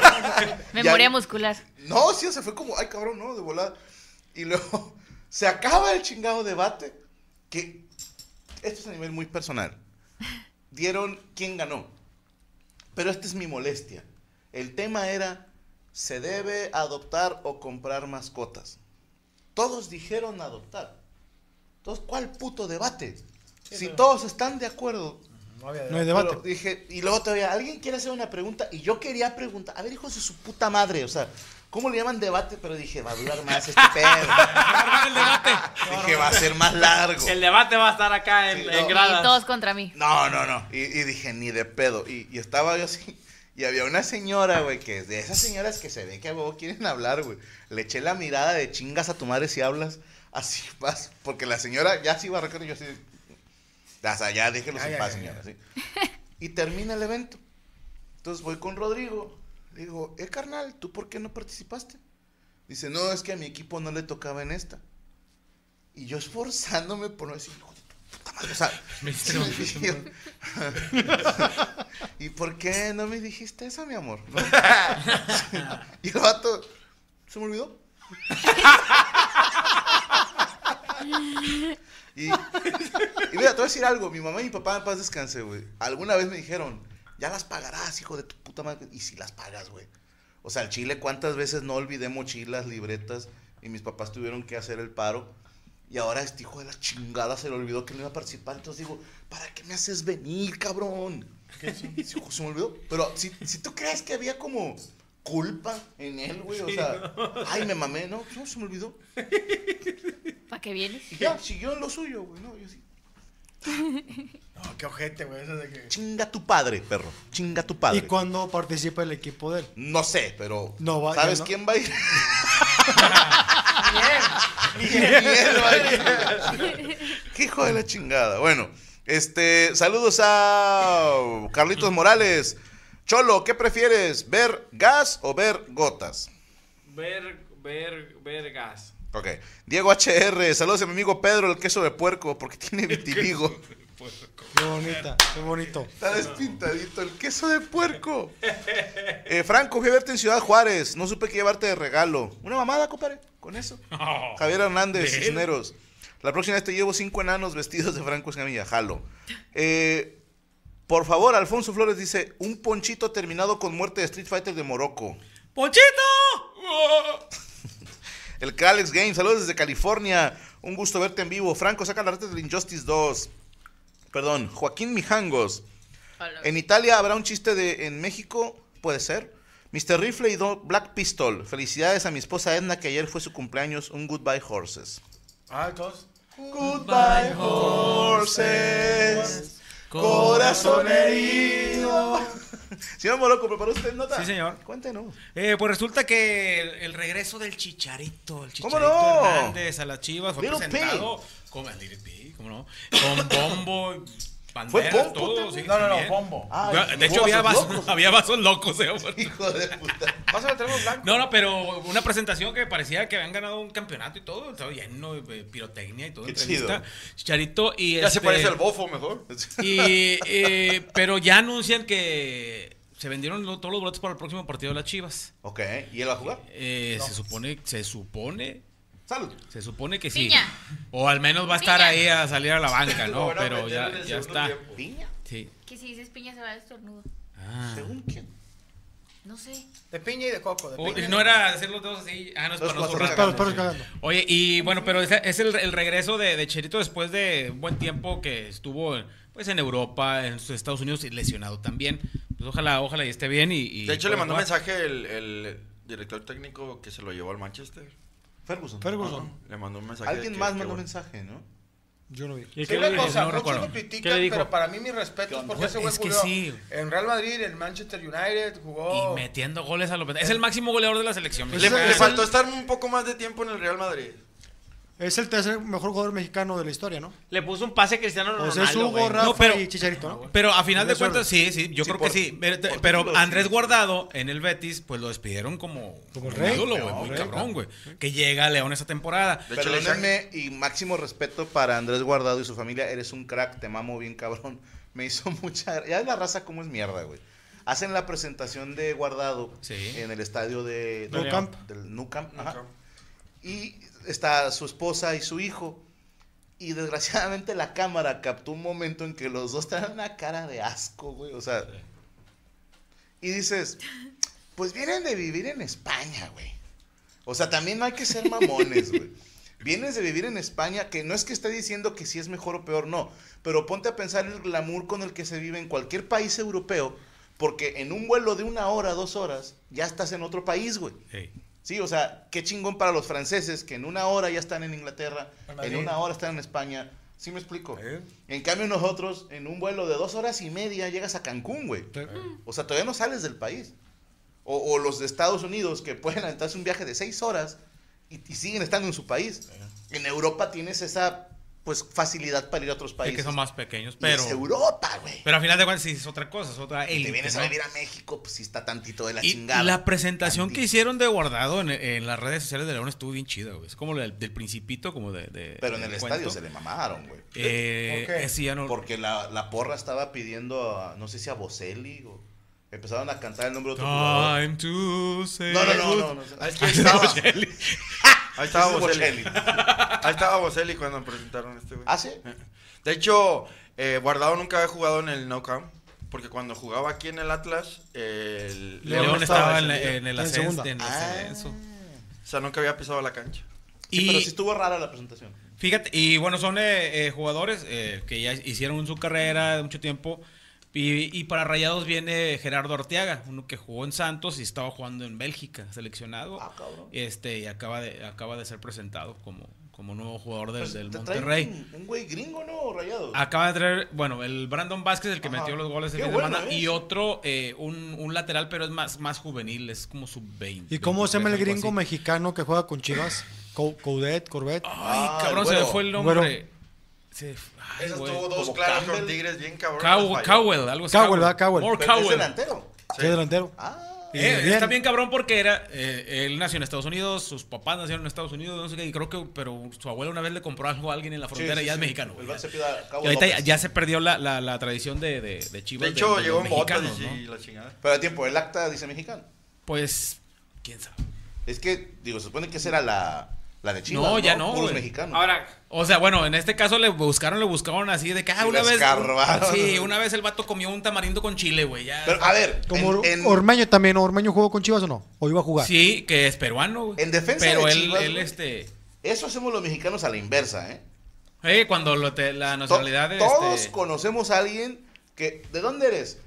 S4: Memoria
S3: Ya-
S4: muscular.
S3: No, sí, o sea, fue como, ay, cabrón, no, de volada. Y luego se acaba el chingado debate. Que esto es a nivel muy personal. Dieron quién ganó. Pero esta es mi molestia. El tema era, ¿se debe adoptar o comprar mascotas? Todos dijeron adoptar. Entonces, ¿cuál puto debate? si todos están de acuerdo.
S6: No hay debate.
S3: Pero dije, y luego todavía, ¿alguien quiere hacer una pregunta? Y yo quería preguntar, a ver, hijos de su puta madre, o sea, ¿cómo le llaman debate? Pero dije, va a durar más este
S7: Ah,
S3: pedo.
S9: el debate.
S3: dije, va a ser más largo.
S5: El debate va a estar acá en,
S3: Sí,
S5: en
S3: no.
S5: gradas.
S4: Y todos contra mí.
S3: No, no, no. Y, y dije, ni de pedo. Y, y estaba yo así. Y había una señora, güey, que es de esas señoras que se ve que a huevo quieren hablar, güey. Le eché la mirada de chingas a tu madre si hablas. Así más. Porque la señora ya se iba a recorrer. Yo así. O sea, ya déjelos en paz, señora. sí. Y termina el evento. Entonces voy con Rodrigo. Le digo, eh, carnal, ¿tú por qué no participaste? Dice, no, es que a mi equipo no le tocaba en esta. Y yo esforzándome por no decir, hijo de tu puta madre. O sea, sí, yo- ¿Y por qué no me dijiste eso, mi amor? ¿No? y el vato, ¿se me olvidó? y, y mira, te voy a decir algo. Mi mamá y mi papá en paz descanse, güey. Alguna vez me dijeron, ya las pagarás, hijo de tu puta madre. Y si las pagas, güey. O sea, al Chile, ¿cuántas veces no olvidé mochilas, libretas? Y mis papás tuvieron que hacer el paro. Y ahora este hijo de la chingada se le olvidó que no iba a participar. Entonces digo, ¿para qué me haces venir, cabrón? Sí, hijo, se me olvidó. Pero si, si tú crees que había como culpa en él, güey, o sea, ay, me mamé, no, no, se me olvidó.
S4: ¿Para qué vienes?
S3: Y ya, siguió en lo suyo, güey, no, yo sí.
S8: No, qué ojete, güey. Eso de que.
S3: Chinga tu padre, perro, chinga tu
S6: ¿Y
S3: padre.
S6: cuándo participa el equipo de él?
S3: No sé, pero
S6: No va-
S3: ¿sabes
S6: ya no.
S3: quién va a ir? Ni él. Ni él va a ir. Qué hijo de la chingada. Bueno, este, saludos a Carlitos Morales. Cholo, ¿qué prefieres? ¿Ver gas o ver gotas?
S5: Ver, ver, vergas.
S3: Ok. Diego HR, saludos a mi amigo Pedro, el queso de puerco, porque tiene vitiligo.
S6: Qué bonita, qué bonito.
S3: Está despintadito el queso de puerco. Eh, Franco, fui a verte en Ciudad Juárez. No supe qué llevarte de regalo. Una mamada, compadre, con eso.
S9: Oh,
S3: Javier Hernández,
S9: Ver.
S3: Cisneros. La próxima vez te llevo cinco enanos vestidos de Franco Escamilla. Jalo. Eh, por favor, Alfonso Flores dice: Un ponchito terminado con muerte de Street Fighter de Morocco.
S9: ¡Ponchito!
S3: El Calex Game, saludos desde California. Un gusto verte en vivo. Franco, saca la arte del Injustice 2. Perdón, Joaquín Mijangos. En Italia habrá un chiste de en México, puede ser. Mr. Rifle y Do- Black Pistol. Felicidades a mi esposa Edna que ayer fue su cumpleaños. Un goodbye horses.
S8: Ah, todos.
S3: Goodbye horses. Corazón herido. Señor Moroco, ¿preparó usted nota?
S9: Sí, señor.
S3: Cuéntenos.
S9: Eh, pues resulta que el, el regreso del Chicharito, el
S3: ¿Cómo
S9: Chicharito
S3: no?
S9: Hernández a las Chivas fue
S3: Little
S9: presentado con Little Pig, ¿cómo no? Con bombo, banderas,
S3: Pompo
S9: todo, sí,
S8: No, no, no,
S9: también.
S8: bombo.
S3: Ah,
S9: de hecho,
S3: hubo
S9: había
S3: vasos
S9: vasos,
S3: locos.
S9: había vasos locos. eh, por-
S3: Hijo de puta.
S8: Pásame, tenemos blanco.
S9: No, no, pero una presentación que parecía que habían ganado un campeonato y todo, estaba lleno de pirotecnia y todo.
S3: Qué
S9: entrevista. Chicharito y
S7: Ya se
S9: este,
S7: parece al bofo mejor.
S9: y, eh, pero ya anuncian que se vendieron lo- todos los boletos para el próximo partido de las Chivas.
S3: Ok, ¿y él va a jugar?
S9: Eh, Se supone, se supone,
S3: Salud.
S9: se supone que sí.
S4: Piña.
S9: O al menos va a estar
S4: Piña.
S9: ahí a salir a la banca,
S7: Lo
S9: ¿no?
S7: van a
S9: Pero
S3: pues,
S7: meter
S9: ya,
S7: en el
S9: ya
S7: segundo
S9: está.
S7: tiempo.
S3: Piña.
S9: Sí.
S4: Que si dices piña se va a estornudo.
S9: Ah.
S3: ¿Según quién?
S4: No sé.
S8: De piña y de coco. De
S9: O-
S8: piña.
S9: Oh, no era hacer los dedos así. Ah, no, es
S3: Los
S9: para los
S3: cuatro
S9: zorros.
S6: Para los perros
S3: sí.
S6: cagando.
S9: Oye, y bueno, pero es, es el, el regreso de, de Cherito después de un buen tiempo que estuvo pues en Europa, en sus Estados Unidos y lesionado también. Pues ojalá, ojalá y esté bien y... y
S7: De hecho, le
S9: pueda
S7: mandó un
S9: jugar.
S7: mensaje el, el director técnico que se lo llevó al Manchester.
S3: Ferguson.
S6: Ferguson.
S7: Le mandó un mensaje.
S3: Alguien
S7: que-
S3: más
S7: que
S3: mandó
S7: bueno.
S3: mensaje, ¿no?
S6: Yo no vi.
S9: ¿Y
S8: Sí,
S9: qué
S8: una
S9: le dijo?
S8: cosa,
S9: no
S8: muchos lo
S9: recuerdo. ¿Qué le
S8: critican,
S9: dijo?
S8: pero para mí mis
S3: ¿Qué
S8: respetos
S3: onda?
S8: porque ese güey
S9: Es que
S8: jugó
S9: sí.
S8: en Real Madrid, en Manchester United, jugó...
S9: Y metiendo goles a los... Es el máximo goleador de la selección.
S7: Le,
S9: mexicana.
S7: le faltó estar un poco más de tiempo en el Real Madrid.
S6: Es el tercer mejor jugador mexicano de la historia, ¿no?
S5: Le puso un pase a Cristiano Ronaldo.
S6: Pues es
S5: güey.
S6: Hugo, Rafa
S9: No, pero- Ah,
S6: y Chicharito, ¿no?
S9: Pero a final de
S6: Eso era.
S9: cuentas, sí, sí, yo
S3: Sí,
S9: creo
S3: por-
S9: que sí. Pero,
S3: por
S9: pero
S3: títulos,
S9: Andrés
S3: sí.
S9: Guardado en el Betis, pues lo despidieron como,
S6: Como
S9: un
S6: rey.
S9: ídolo, güey,
S6: Como
S9: muy
S6: rey,
S9: cabrón, güey. Que llega a León esa temporada.
S7: De hecho, le
S3: Perdónenme y máximo respeto para Andrés Guardado y su familia. Eres un crack, te mamo bien, cabrón. Me hizo mucha. Ya la raza como es mierda, güey. Hacen la presentación de Guardado
S9: Sí.
S3: en el estadio de
S6: Nou
S3: del-
S6: Camp.
S3: Del Nou Camp, ajá. Y está su esposa y su hijo. Y desgraciadamente la cámara captó un momento en que los dos traen una cara de asco, güey. O sea. Y dices, pues vienen de vivir en España, güey. O sea, también no hay que ser mamones, güey. Vienes de vivir en España, que no es que esté diciendo que si es mejor o peor, no. Pero ponte a pensar el glamour con el que se vive en cualquier país europeo, porque en un vuelo de una hora, dos horas, ya estás en otro país, güey.
S9: Sí.
S3: Sí, o sea, qué chingón para los franceses que en una hora ya están en Inglaterra,
S8: En
S3: en
S8: Madrid.
S3: una hora están en España. ¿Sí me explico?
S8: Sí.
S3: En cambio nosotros, en un vuelo de dos horas y media llegas a Cancún, güey. O sea, todavía no sales del país. O, o los de Estados Unidos que pueden aventarse un viaje de seis horas y, y siguen estando en su país. En Europa tienes esa, pues, facilidad para ir a otros
S9: Es
S3: países.
S9: que son más pequeños,
S3: Y
S9: pero...
S3: es Europa, güey.
S9: Pero a final de cuentas sí es otra cosa, es otra
S3: Y
S9: élite,
S3: te vienes
S9: ¿no?
S3: a vivir a México, pues sí está tantito de la
S9: Y
S3: chingada.
S9: la presentación que
S3: Tantito.
S9: hicieron de guardado en, en las redes sociales de León estuvo bien chida, güey. Es como la del, del principito, como de... de-
S3: Pero en
S9: del
S3: el
S9: cuento.
S3: estadio se le mamaron, güey.
S9: Eh,
S8: ¿Por qué?
S9: ese ya no...
S3: Porque la, la porra estaba pidiendo a, no sé si a Bocelli o empezaron a cantar el nombre de otro jugador.
S9: Time to say
S3: No, no, no,
S9: good-
S3: no, no.
S7: Ah, es que
S9: Ah,
S7: ahí
S9: ese es
S7: estaba-
S9: Bocelli.
S7: Ahí estaba
S3: Ese es
S7: Bocelli.
S3: Bocelli.
S7: Ahí estaba Bocelli cuando presentaron a este güey.
S3: ¿Ah, sí?
S7: De hecho, eh, Guardado nunca había jugado en el No Camp. Porque cuando jugaba aquí en el Atlas, eh, el
S9: León, estaba en, la- en el
S6: En
S9: ascenso.
S6: segunda.
S9: En el ascenso.
S7: O sea, nunca había pisado la cancha.
S3: Ah. Sí,
S9: Y-
S3: pero sí estuvo rara la presentación.
S9: Fíjate, y bueno, son eh, eh, jugadores eh, que ya hicieron su carrera de mucho tiempo. Y, y para Rayados viene Gerardo Arteaga, uno que jugó en Santos y estaba jugando en Bélgica, seleccionado.
S3: Ah, cabrón.
S9: Este, y acaba de, acaba de ser presentado como, como nuevo jugador del,
S3: Pues,
S9: del
S3: te
S9: Monterrey. Ah,
S3: traen Un, un güey gringo, ¿no? Rayado.
S9: Acaba de traer, bueno, el Brandon Vázquez, el que
S3: Ajá.
S9: metió los goles el
S3: Qué
S9: fin de
S3: bueno,
S9: semana,
S3: ¿eh?
S9: y otro, eh, un, un lateral, pero es más, más juvenil, es como sub-20.
S6: ¿Y cómo se llama el
S9: 23,
S6: gringo
S9: algo así.
S6: mexicano que juega con Chivas? Co- Coudet, Corbett.
S9: Ay,
S3: Ah,
S9: cabrón,
S3: el
S9: se me
S3: güero.
S9: fue el nombre.
S6: Güero.
S9: Se- ay,
S7: Esas
S9: güey.
S7: tuvo dos
S3: Como
S7: claras con
S3: Campbell.
S7: Tigres bien cabrón.
S9: Cow-
S7: las falló.
S9: Cowell, algo así.
S6: Cowell, ¿verdad? Cowell.
S9: More
S3: Pero es
S9: Cowell.
S3: delantero.
S6: Sí, delantero.
S3: Ah,
S6: Y
S9: Eh,
S6: bien.
S9: está bien cabrón porque era eh, él nació en Estados Unidos, sus papás nacieron en Estados Unidos, no sé qué, y creo que, pero su abuelo una vez le compró algo a alguien en la frontera
S3: sí,
S9: y ya
S3: sí.
S9: es mexicano. güey.
S3: El vato se pide a Cabo
S9: Y ahorita ya,
S3: López.
S9: ya se perdió la, la, la tradición de, de, de Chivas.
S7: De hecho,
S9: los
S7: llegó en botas
S9: mexicanos, ¿no?
S7: y la chingada.
S3: Pero a tiempo, el acta dice mexicano.
S9: Pues, quién sabe.
S3: Es que, digo, se supone que esa era la, la de Chivas.
S9: No, ya no,
S3: Puros
S9: güey.
S3: mexicanos.
S5: Ahora,
S9: O sea, bueno, en este caso le buscaron, le buscaron así de que, ah,
S3: Sí,
S9: una
S3: le
S9: vez.
S3: escarbaron.
S9: Sí, una vez el vato comió un tamarindo con chile, güey. ya.
S3: Pero, a ver,
S6: Como
S3: en, en-
S6: Ormeño también. ¿Ormeño jugó con Chivas o no? ¿O iba a jugar?
S9: sí, que es peruano, güey.
S3: En defensa
S9: Pero
S3: de
S9: él,
S3: Chivas,
S9: él,
S3: güey.
S9: este.
S3: eso hacemos los mexicanos a la inversa, ¿eh?
S9: Eh, cuando lo te- la
S3: To-
S9: nacionalidad de
S3: todos
S9: este,
S3: conocemos a alguien que. ¿De dónde eres?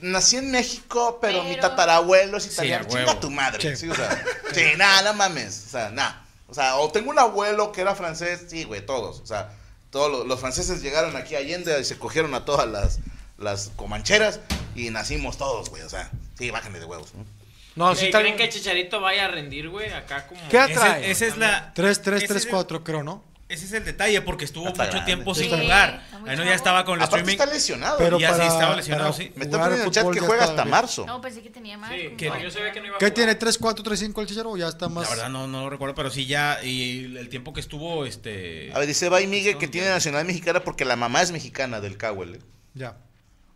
S3: Nací en México, pero, mi
S4: Pero-
S3: tatarabuelo es
S9: a
S3: italiano.
S9: huevo.
S3: Chinga tu madre. Sí,
S6: Sí.
S3: o sea, sí, nada, no mames. O sea, nada. O sea, o tengo un abuelo que era francés. Sí, güey, todos. O sea, todos los, los franceses llegaron aquí a Allende y se cogieron a todas las, las comancheras y nacimos todos, güey. O sea, sí, bájenle de huevos. ¿no?
S6: No,
S5: ¿eh,
S6: sí
S5: ¿creen
S6: también.
S5: que Chicharito vaya a rendir, güey? Acá como...
S6: ¿Qué
S9: Ese-
S6: atrae?
S9: esa es la.
S6: 3-3-3-4, creo, ¿no?
S9: Ese, es el detalle, porque estuvo
S3: Está
S9: mucho
S3: grande.
S9: tiempo
S4: Sí,
S9: sin
S4: está
S9: jugar.
S4: muy
S9: Ahí no
S4: chavo.
S9: ya estaba con el
S3: Aparte
S9: streaming.
S3: está lesionado.
S6: Pero
S9: Y así
S6: para,
S9: estaba lesionado,
S6: para
S9: sí.
S3: Me está
S6: jugar
S3: poniendo en el chat
S6: fútbol
S3: que
S6: ya
S3: juega
S6: está
S3: hasta
S6: bien.
S3: marzo.
S4: No, pensé que tenía más.
S5: Sí,
S4: como-
S9: ¿Qué?
S5: no, yo sabía que no iba a
S6: ¿Qué
S5: jugar.
S6: tiene? ¿3-4-3-5 el Chicharo? Ya está más.
S9: La verdad no, no lo recuerdo, pero sí ya. Y el tiempo que estuvo, este.
S3: A ver, dice Bay Miguel que
S9: Entonces,
S3: tiene nacionalidad mexicana porque la mamá es mexicana del Cowell, ¿eh?
S6: Ya.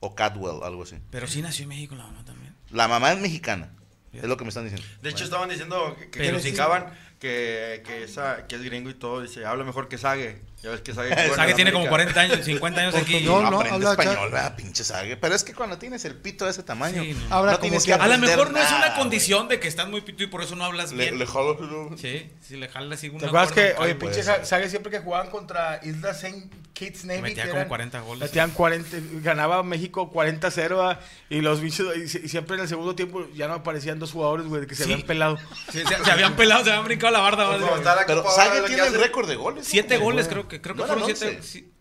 S3: O Cadwell, algo así.
S9: Pero sí nació en México la mamá también.
S3: La mamá es mexicana. Es lo que me están diciendo.
S7: De hecho, estaban diciendo que, que
S9: Pero sí.
S7: criticaban que, que, esa- que es gringo y todo, dice, habla mejor que Sage. Ya ves que Sage...
S9: O sea, que tiene como 40 años, 50 años Pues aquí.
S6: Portuñol. No,
S3: No,
S6: no,
S3: aprende
S6: habla cha-
S3: español, ¿verdad? pinche sague. Pero es que cuando tienes el pito de ese tamaño,
S9: Sí, no.
S3: no.
S6: Habla como
S3: tienes que
S6: quiera.
S9: A lo
S3: aprender
S9: mejor no es
S3: nada,
S9: una
S3: güey.
S9: condición de que estás muy pito y por eso no hablas
S3: Le,
S9: bien.
S3: le jalo-
S9: Sí, sí, le jala así una
S8: ¿Te acuerdas
S9: gorda
S8: que,
S9: acá, pues,
S8: oye,
S9: güey.
S8: pinche Sa- Sague siempre que jugaban contra Isla Saint Kitts Navy?
S9: metía
S8: que
S9: como 40 goles.
S8: Metían 40, ganaba México 40-0 ah, y los bichos, y, se- y siempre en el segundo tiempo ya no aparecían dos jugadores, güey, que se
S9: Sí.
S8: habían pelado.
S9: Sí, se, se habían pelado, se habían brincado la
S3: Pues,
S9: barda.
S7: Por
S9: más
S7: favor,
S9: bien.
S7: está la
S3: Pero
S7: Copa
S3: Sague
S7: Oro,
S3: tiene
S7: ¿qué
S3: el
S7: hace?
S3: récord de goles. ¿no?
S5: Pues,
S9: Siete goles, creo que, creo que
S3: No eran
S9: fueron siete.
S3: once.
S9: sí.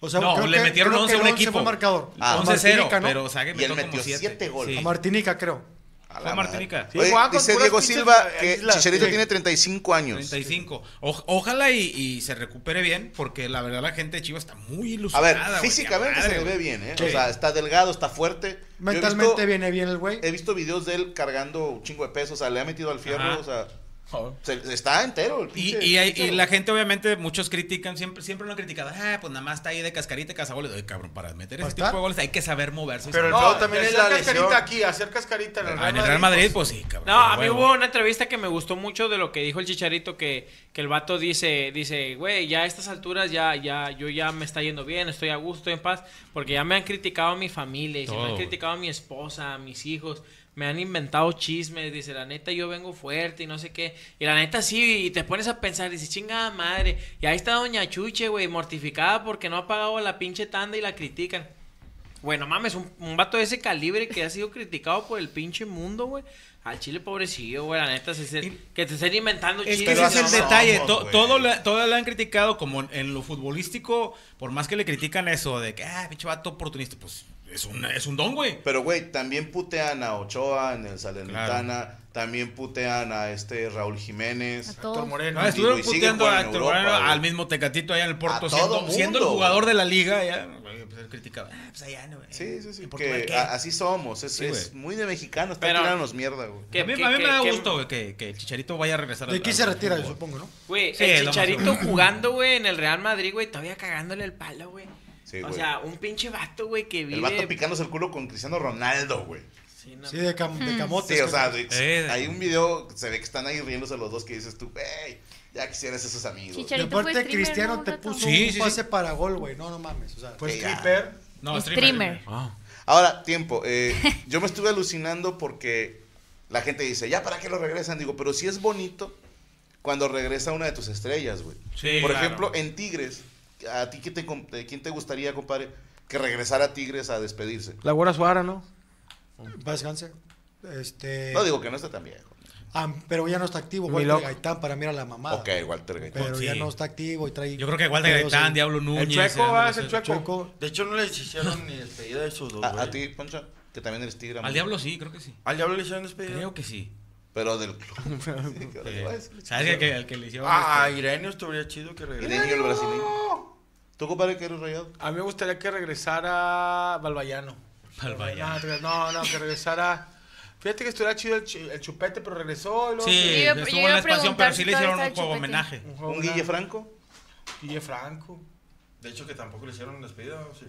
S6: O sea,
S9: No,
S6: creo
S9: le
S6: que-
S9: metieron
S6: creo
S9: 11 a
S6: que
S9: un
S6: 11 fue
S9: equipo.
S6: marcador.
S3: Ah,
S6: A
S9: 11-0,
S6: Martinica, ¿no?
S9: pero Sague
S3: Y él
S9: metió como
S3: metió
S9: 7.
S3: siete goles.
S6: A Martinica, creo.
S3: A
S9: Fue
S3: la
S9: Martinica.
S3: madre.
S8: Sí,
S3: Oye,
S8: jugaban con
S3: dice
S8: puras
S3: Diego
S8: pinches
S3: Silva que
S8: islas.
S3: Chicharito
S8: Sí.
S3: tiene 35 años.
S9: 35. O- ojalá y, y se recupere bien, porque la verdad la gente de Chivas está muy
S3: A
S9: ilusionada.
S3: ver,
S9: güey,
S3: físicamente
S9: madre,
S3: se le
S9: güey.
S3: ve bien, ¿eh?
S9: Sí.
S3: O sea, está delgado, está fuerte. Yo he
S6: Mentalmente
S3: visto-
S6: viene bien el güey.
S3: He visto videos de él cargando un chingo de peso, o sea, le ha metido al fierro,
S9: Ajá.
S3: o sea, se- se está entero el
S9: Y,
S3: pinche-
S9: y hay-
S3: pinche-
S9: y la gente, obviamente, muchos critican, siempre, siempre lo han criticado. Ah, pues nada más está ahí de cascarita y cazagoles. Oye, cabrón, para meter
S6: ¿Para
S9: ese tipo de
S6: estar?
S9: goles hay que saber moverse. y
S7: Pero el
S9: saber-
S7: pedo también
S8: y
S7: es
S8: hacer
S7: la
S8: cascarita
S7: lesión.
S8: aquí, hacer cascarita en el
S9: Ah,
S8: Real
S9: en el Real Madrid, pues sí, cabrón.
S5: No, a mí
S9: huevo.
S5: hubo una entrevista que me gustó mucho de lo que dijo el Chicharito, que, que el vato dice, dice, güey, ya a estas alturas ya, ya, yo ya me está yendo bien, estoy a gusto, estoy en paz, porque ya me han criticado a mi familia, y se
S9: Todo,
S5: me han
S9: güey.
S5: criticado a mi esposa, a mis hijos, me han inventado chismes, dice, la neta yo vengo fuerte y no sé qué, y la neta sí, y te pones a pensar, dice, chingada madre, y ahí está Doña Chuche, güey, mortificada porque no ha pagado la pinche tanda y la critican. Bueno, mames, un, un vato de ese calibre que ha sido criticado por el pinche mundo, güey. Al chile pobrecillo, güey, la neta, se- se- que te estén inventando
S9: Es que
S5: chismes,
S9: ese es
S5: ¿no?
S9: el
S3: somos,
S9: detalle.
S3: güey.
S9: to- todo, le, todo le han criticado como en- en lo futbolístico, por más que le critican eso de que, ah, pinche vato oportunista, pues es un, es un don, güey.
S3: Pero, güey, también putean a Ochoa en el Salernitana, también putean a este Raúl Jiménez.
S1: A todos.
S8: Moreno.
S9: No, Ah, estuvieron
S3: y sigue
S9: puteando
S3: jugando
S9: a-
S3: en Europa,
S9: bueno,
S3: güey.
S9: al mismo Tecatito allá en el Porto,
S3: A
S9: siendo,
S3: todo
S9: siendo el
S3: mundo,
S9: jugador de
S3: güey.
S9: la liga, ya, güey, pues, él criticaba, ah, pues allá no, güey.
S3: Sí, sí, sí.
S9: ¿En Portugal
S3: Que
S9: qué?
S3: a- así somos, es,
S9: Sí,
S3: es
S9: güey.
S3: muy de mexicanos, están
S5: Pero-
S3: tirándonos mierda, güey.
S5: Que-
S9: a mí,
S5: que-
S9: a mí me
S5: que-
S9: da
S5: que-
S9: gusto güey, que, que el Chicharito vaya a
S3: pues,
S9: regresar
S6: De
S9: al-
S6: aquí se
S9: al
S6: retira,
S9: fútbol.
S6: supongo, ¿no?
S5: Güey,
S9: Sí, es
S5: el
S9: lo más
S5: chicharito
S9: seguro.
S5: jugando, güey, en el Real Madrid, güey, todavía cagándole el palo, güey.
S3: Sí,
S5: o
S3: güey.
S5: sea, un pinche vato, güey, que vive...
S3: El vato picándose el culo con Cristiano Ronaldo, güey.
S5: Sí, no.
S6: Sí, de, cam- de camotes.
S3: Sí, o sea,
S6: creo.
S3: de-
S9: Eh.
S3: hay un video, se ve que están ahí riéndose los dos que dices tú, güey, ya quisieras esos amigos.
S6: Y
S4: Chicharito fue
S6: aparte
S4: streamer,
S6: Cristiano
S4: ¿no,
S6: te
S4: Gato?
S6: puso
S9: Sí,
S6: un
S9: sí, sí.
S6: pase para gol, güey. No, no mames. O sea,
S8: Fue
S3: Que ya.
S8: stripper.
S9: No,
S4: Streamer.
S3: Ahora, tiempo. eh, yo me estuve alucinando porque la gente dice, ¿ya para qué lo regresan? Digo, pero sí es bonito cuando regresa una de tus estrellas, güey.
S9: Sí,
S3: Por
S9: claro.
S3: ejemplo, en Tigres, ¿a ti qué te, com- eh, quién te gustaría, compadre, que regresara a Tigres a despedirse?
S8: La Guara Suárez, ¿no?
S6: Vas Ganser. Este.
S3: No digo que no está tan viejo.
S6: ah, pero ya no está activo,
S8: Mi
S6: Walter
S8: loco.
S6: Gaitán, para mí era la mamada.
S3: Ok, Walter Gaitán.
S6: Pero ya
S9: Sí.
S6: no está activo y trae.
S9: Yo creo que Walter
S6: pedos
S9: Gaitán,
S6: ahí.
S9: Diablo Núñez.
S8: El chueco,
S9: eh,
S8: va,
S9: no
S8: es el
S9: sé.
S8: chueco.
S6: Chueco.
S7: De hecho, no les hicieron ni despedida de esos dos,
S3: A, a
S7: güey.
S3: ti, Poncho, que también eres Tigre.
S9: Al Diablo sí, creo que sí.
S7: ¿Al diablo le hicieron despedida?
S9: Creo que sí.
S3: Pero del club. Sí, ¿qué hora le
S9: Eh,
S3: va a decir?
S9: ¿Sabes el que, el que le hicieron? este
S7: Ah, a Irenio estaría chido que regrese.
S3: Irenio, el brasileño. ¿Tú, compadre, que eres rayado?
S8: A mí me gustaría que regresara Balbayano.
S9: este, al Bayern?
S8: No, No, no, que regresara... Fíjate que estuviera chido el, chu- el chupete, pero regresó. Y luego
S9: Sí,
S4: Yo iba- yo
S9: estuvo
S4: iba
S9: en
S4: a
S9: la expansión, pero
S4: preguntar
S9: sí
S4: si
S9: le hicieron un
S4: todavía está el
S9: juego
S4: Chupete.
S9: homenaje.
S8: Ujú,
S3: ¿Un
S8: una-
S3: Guille Franco?
S8: Guille Franco.
S7: De hecho, que tampoco le hicieron despedida, ¿o sí.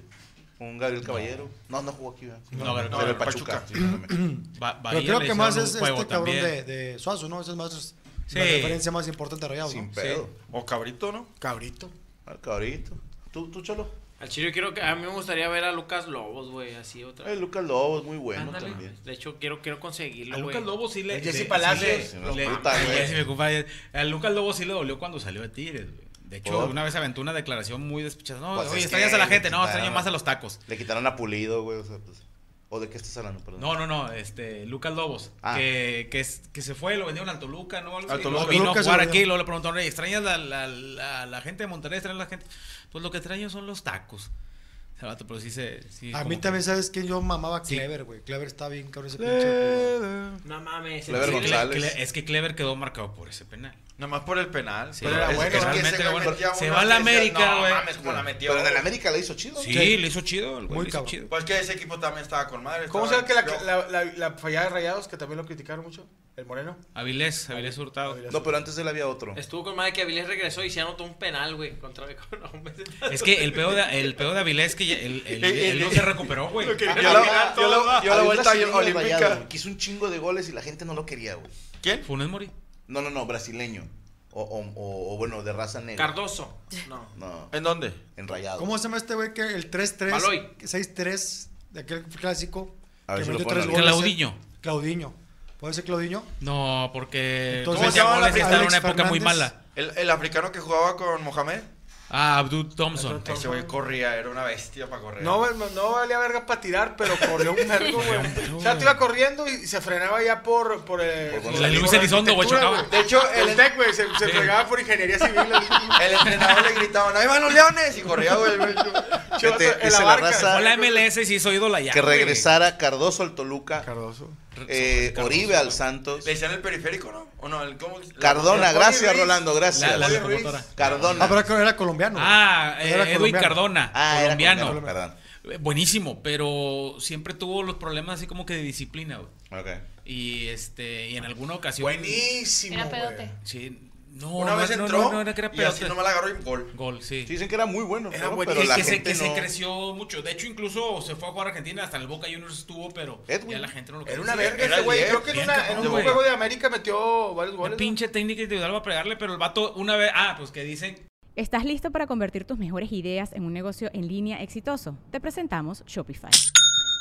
S3: ¿Un Gabriel Caballero? No, no jugó aquí, ¿verdad?
S9: No, pero-
S3: Pero el
S7: no,
S3: Pachuca.
S7: Pachuca.
S3: sí, exactamente.
S9: Ba-
S6: Pero
S9: Bahía
S6: creo
S9: le
S6: que
S9: hicieron
S6: más
S9: un
S6: es
S9: juego
S6: este cabrón
S9: también.
S6: de, de Suazo, ¿no? Esa es más
S9: Sí.
S6: la referencia más importante de Rayados,
S3: Sin
S6: ¿no?
S3: pedo.
S7: O cabrito, ¿no?
S8: Cabrito.
S3: Al cabrito. ¿Tú, tú Cholo?
S5: Al chile yo quiero que... A mí me gustaría ver a Lucas Lobos, güey, así otra
S3: El
S5: vez.
S3: Eh, Lucas Lobo es muy bueno
S5: Ándale.
S3: también.
S5: De hecho, quiero, quiero conseguirlo,
S9: A
S5: güey.
S9: Lucas Lobo sí le.
S8: El Jesse
S9: sí-
S8: Palacios.
S9: sí
S3: No,
S9: le-
S3: puta,
S9: el
S3: güey.
S9: Jesse, mi compadre. A Lucas Lobo sí le dolió cuando salió de Tigres, güey. De hecho,
S3: ¿Por?
S9: una vez aventó una declaración muy despechada. No,
S3: Pues
S9: oye,
S3: es
S9: extrañas
S3: que
S9: a la
S3: le
S9: gente. No,
S3: quitaron-
S9: extraño más a los tacos.
S3: Le quitaron a Pulido, güey. O, sea, pues, ¿o de qué estás hablando? Perdón.
S9: No, no, no, este, Lucas Lobos,
S3: Ah.
S9: que, que, es- que se fue, lo vendieron al Toluca, ¿no? Algo
S7: Al
S9: así,
S7: Toluca.
S9: luego vino
S6: Toluca
S9: a
S6: se
S9: jugar
S6: lo
S9: aquí,
S6: dio.
S9: luego le preguntó, "Oye, ¿extrañas la, la, la, la gente de Monterrey? ¿Extrañas la gente? Pues lo que extraño son los tacos. O sea, vato, pero sí se... sí,
S6: A
S9: como
S6: mí
S9: que-
S6: también, ¿sabes que Yo mamaba a
S9: Sí.
S6: Clever, güey. Clever está bien, cabrón, ese pinche.
S8: Eh,
S5: No mames.
S3: Clever
S5: en
S9: Sí,
S5: serio.
S9: Cle-
S3: González.
S9: Cle- es que Clever quedó marcado por ese penal.
S7: Nomás por el penal.
S9: Sí,
S7: Pero
S9: era
S7: es-
S8: bueno,
S7: es que
S9: realmente
S7: ese
S9: era
S7: güey
S9: bueno.
S7: metía
S9: Se
S7: una
S9: va a la
S7: que decías,
S9: América, güey".
S7: No mames, cómo la metió.
S3: Pero en el América la hizo chido.
S9: Sí,
S6: Sí.
S9: le hizo chido, el güey,
S6: Muy
S9: le hizo
S6: cabrón.
S9: chido.
S7: Pues que ese equipo también estaba con madre.
S8: ¿Cómo se
S7: estaba-
S8: llama que la,
S7: Yo-
S8: la, la, la fallada de Rayados, que también lo criticaron mucho? El Moreno.
S9: Avilés, Avilés Hurtado.
S3: No, pero antes él había otro.
S5: Estuvo con madre que Avilés regresó y se anotó un penal, güey, contra no, hombre.
S9: Es que el peor de, el peor de Avilés es que ya- él, él- él no se recuperó, güey.
S8: Ah,
S7: Yo
S3: Había-
S7: la- yo la- yo la
S3: había un
S7: vuelta
S3: brasileño de
S7: olímpica.
S3: Rayados, güey, que hizo un chingo de goles y la gente no lo quería, güey.
S7: ¿Quién?
S9: Funes Mori.
S3: No, no, no, brasileño. O, o- o- o, bueno, de raza negra.
S5: Cardoso. No.
S3: No,
S7: ¿En dónde?
S3: en rayado.
S6: ¿Cómo se llama este güey que el 3-3?
S5: Baloy.
S6: 6-3 de aquel clásico.
S3: A ver
S6: que
S3: si lo
S6: metió
S3: ponen
S6: tres
S3: ahorita.
S6: goles.
S9: Claudiño.
S6: Claudiño. ¿Puede ser Claudiño?
S9: No, porque.
S6: Entonces,
S9: ¿Cómo se llamaba la
S6: Alex
S9: fiesta? Era una época muy
S6: Fernández.
S9: mala.
S7: El, el africano que jugaba con Mohamed.
S9: Ah, Abdul Thompson.
S7: Ese güey corría, era una bestia para correr.
S8: No, no, no valía verga para tirar, pero corrió un vergo, güey. O sea, te iba corriendo y se frenaba ya por. por, eh,
S3: Por
S8: por-
S9: La luz
S8: por
S9: Elizondo, güey,
S8: arquitectura,
S9: chocaba.
S7: De hecho,
S8: El
S7: el,
S8: TEC, güey, se, se fregaba por ingeniería civil.
S7: el entrenador le gritaban, ¡ahí van los leones! Y corría, güey. güey.
S8: Che, vato,
S3: Vete,
S8: en
S3: dice
S8: la
S3: la
S8: barca.
S9: Fue
S3: raza
S9: la MLS y se hizo ídola ya.
S3: que
S9: güey.
S3: regresara Cardoso al Toluca,
S8: Cardoso.
S3: eh, Oribe al Santos.
S7: Le decían el periférico, ¿no? ¿O no? El, ¿cómo?
S3: Cardona,
S8: Oye,
S3: gracias
S8: Ruiz.
S3: Rolando,
S9: La,
S3: gracias.
S9: la
S8: Oye,
S9: locomotora.
S8: Ruiz.
S3: Cardona.
S6: Ah, pero era- era colombiano.
S9: Ah, eh,
S6: Era
S9: Edwin
S6: colombiano.
S9: Cardona,
S3: Ah, era
S9: colombiano.
S3: colombiano,
S9: Eh, Buenísimo, pero siempre tuvo los problemas así como que de disciplina, güey.
S3: perdón. Ok.
S9: Y este, y en alguna ocasión.
S8: Buenísimo.
S4: Era
S8: güey.
S4: pedote.
S9: Sí, no,
S7: Una
S9: no,
S7: vez
S9: no,
S7: entró
S9: no, no, era que era
S7: y así
S9: pedote.
S7: nomás la agarró y gol.
S9: Gol, sí.
S3: Sí, dicen que era muy bueno,
S8: Era
S3: pero,
S8: bueno.
S3: pero
S9: Sí,
S3: la
S9: que, se,
S3: gente
S9: que se
S3: no-
S9: creció mucho. De hecho, incluso se fue a jugar a Argentina, hasta en el Boca Juniors estuvo, pero
S3: Edwin.
S9: ya la gente no lo
S8: Era
S9: quería.
S8: una
S7: Sí,
S8: verga
S7: era
S8: ese güey.
S7: bien,
S8: Creo que en,
S9: bien
S8: una- en
S9: cabrón,
S8: un
S9: güey.
S8: juego de América metió varios goles.
S9: La pinche técnica individual va a pegarle, pero el vato, una vez. Ah, pues que dicen
S2: ¿Estás listo para convertir tus mejores ideas en un negocio en línea exitoso? Te presentamos Shopify.